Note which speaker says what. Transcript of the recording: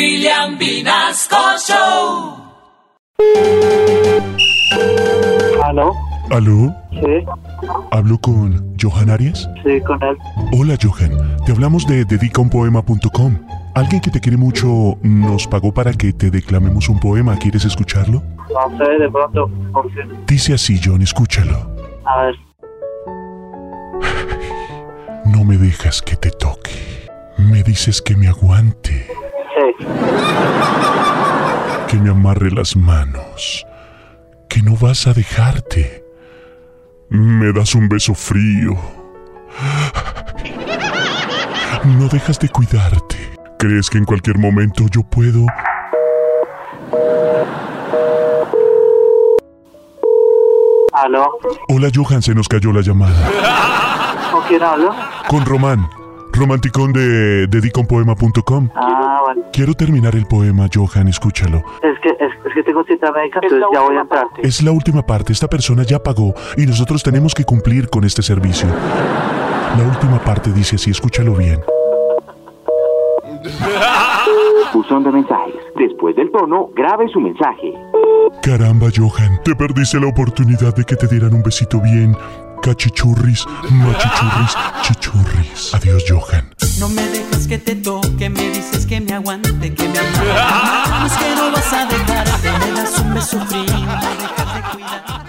Speaker 1: William Vinasco Show.
Speaker 2: ¿Aló?
Speaker 3: Aló,
Speaker 2: Ah, Sí,
Speaker 3: hablo con Johan Arias.
Speaker 2: sí, con él.
Speaker 3: Hola Johan, te hablamos de dedicaunpoema.com. Alguien que te quiere mucho nos pagó para que te declamemos un poema. ¿Quieres escucharlo?
Speaker 2: No sé, de pronto, porque...
Speaker 3: Dice así, John, escúchalo.
Speaker 2: A ver,
Speaker 3: No me dejas que te toque. Me dices que me aguante,
Speaker 2: sí,
Speaker 3: que me amarre las manos, que no vas a dejarte. Me das un beso frío. No dejas de cuidarte. ¿Crees que en cualquier momento yo puedo...
Speaker 2: ¿aló?
Speaker 3: Hola Johan, se nos cayó la llamada.
Speaker 2: ¿Con quién hablo?
Speaker 3: Con Román, romanticón de dediconpoema.com.
Speaker 2: Ah, bueno.
Speaker 3: Quiero terminar el poema, Johan, escúchalo.
Speaker 2: Es que, es, es que tengo cita médica, entonces ya voy a entrar.
Speaker 3: Es la última parte, esta persona ya pagó y nosotros tenemos que cumplir con este servicio. La última parte dice así, escúchalo bien.
Speaker 4: Buzón de mensajes. Después del tono, grabe su mensaje.
Speaker 3: Caramba, Johan, te perdiste la oportunidad de que te dieran un besito bien. Cachichurris, machichurris, chichurris. Adiós, Johan.
Speaker 5: No me dejas que te toque, me dices que me aguante, que me aguante. Es que no vas a dejarte, me das un beso frío, no dejas de cuidar.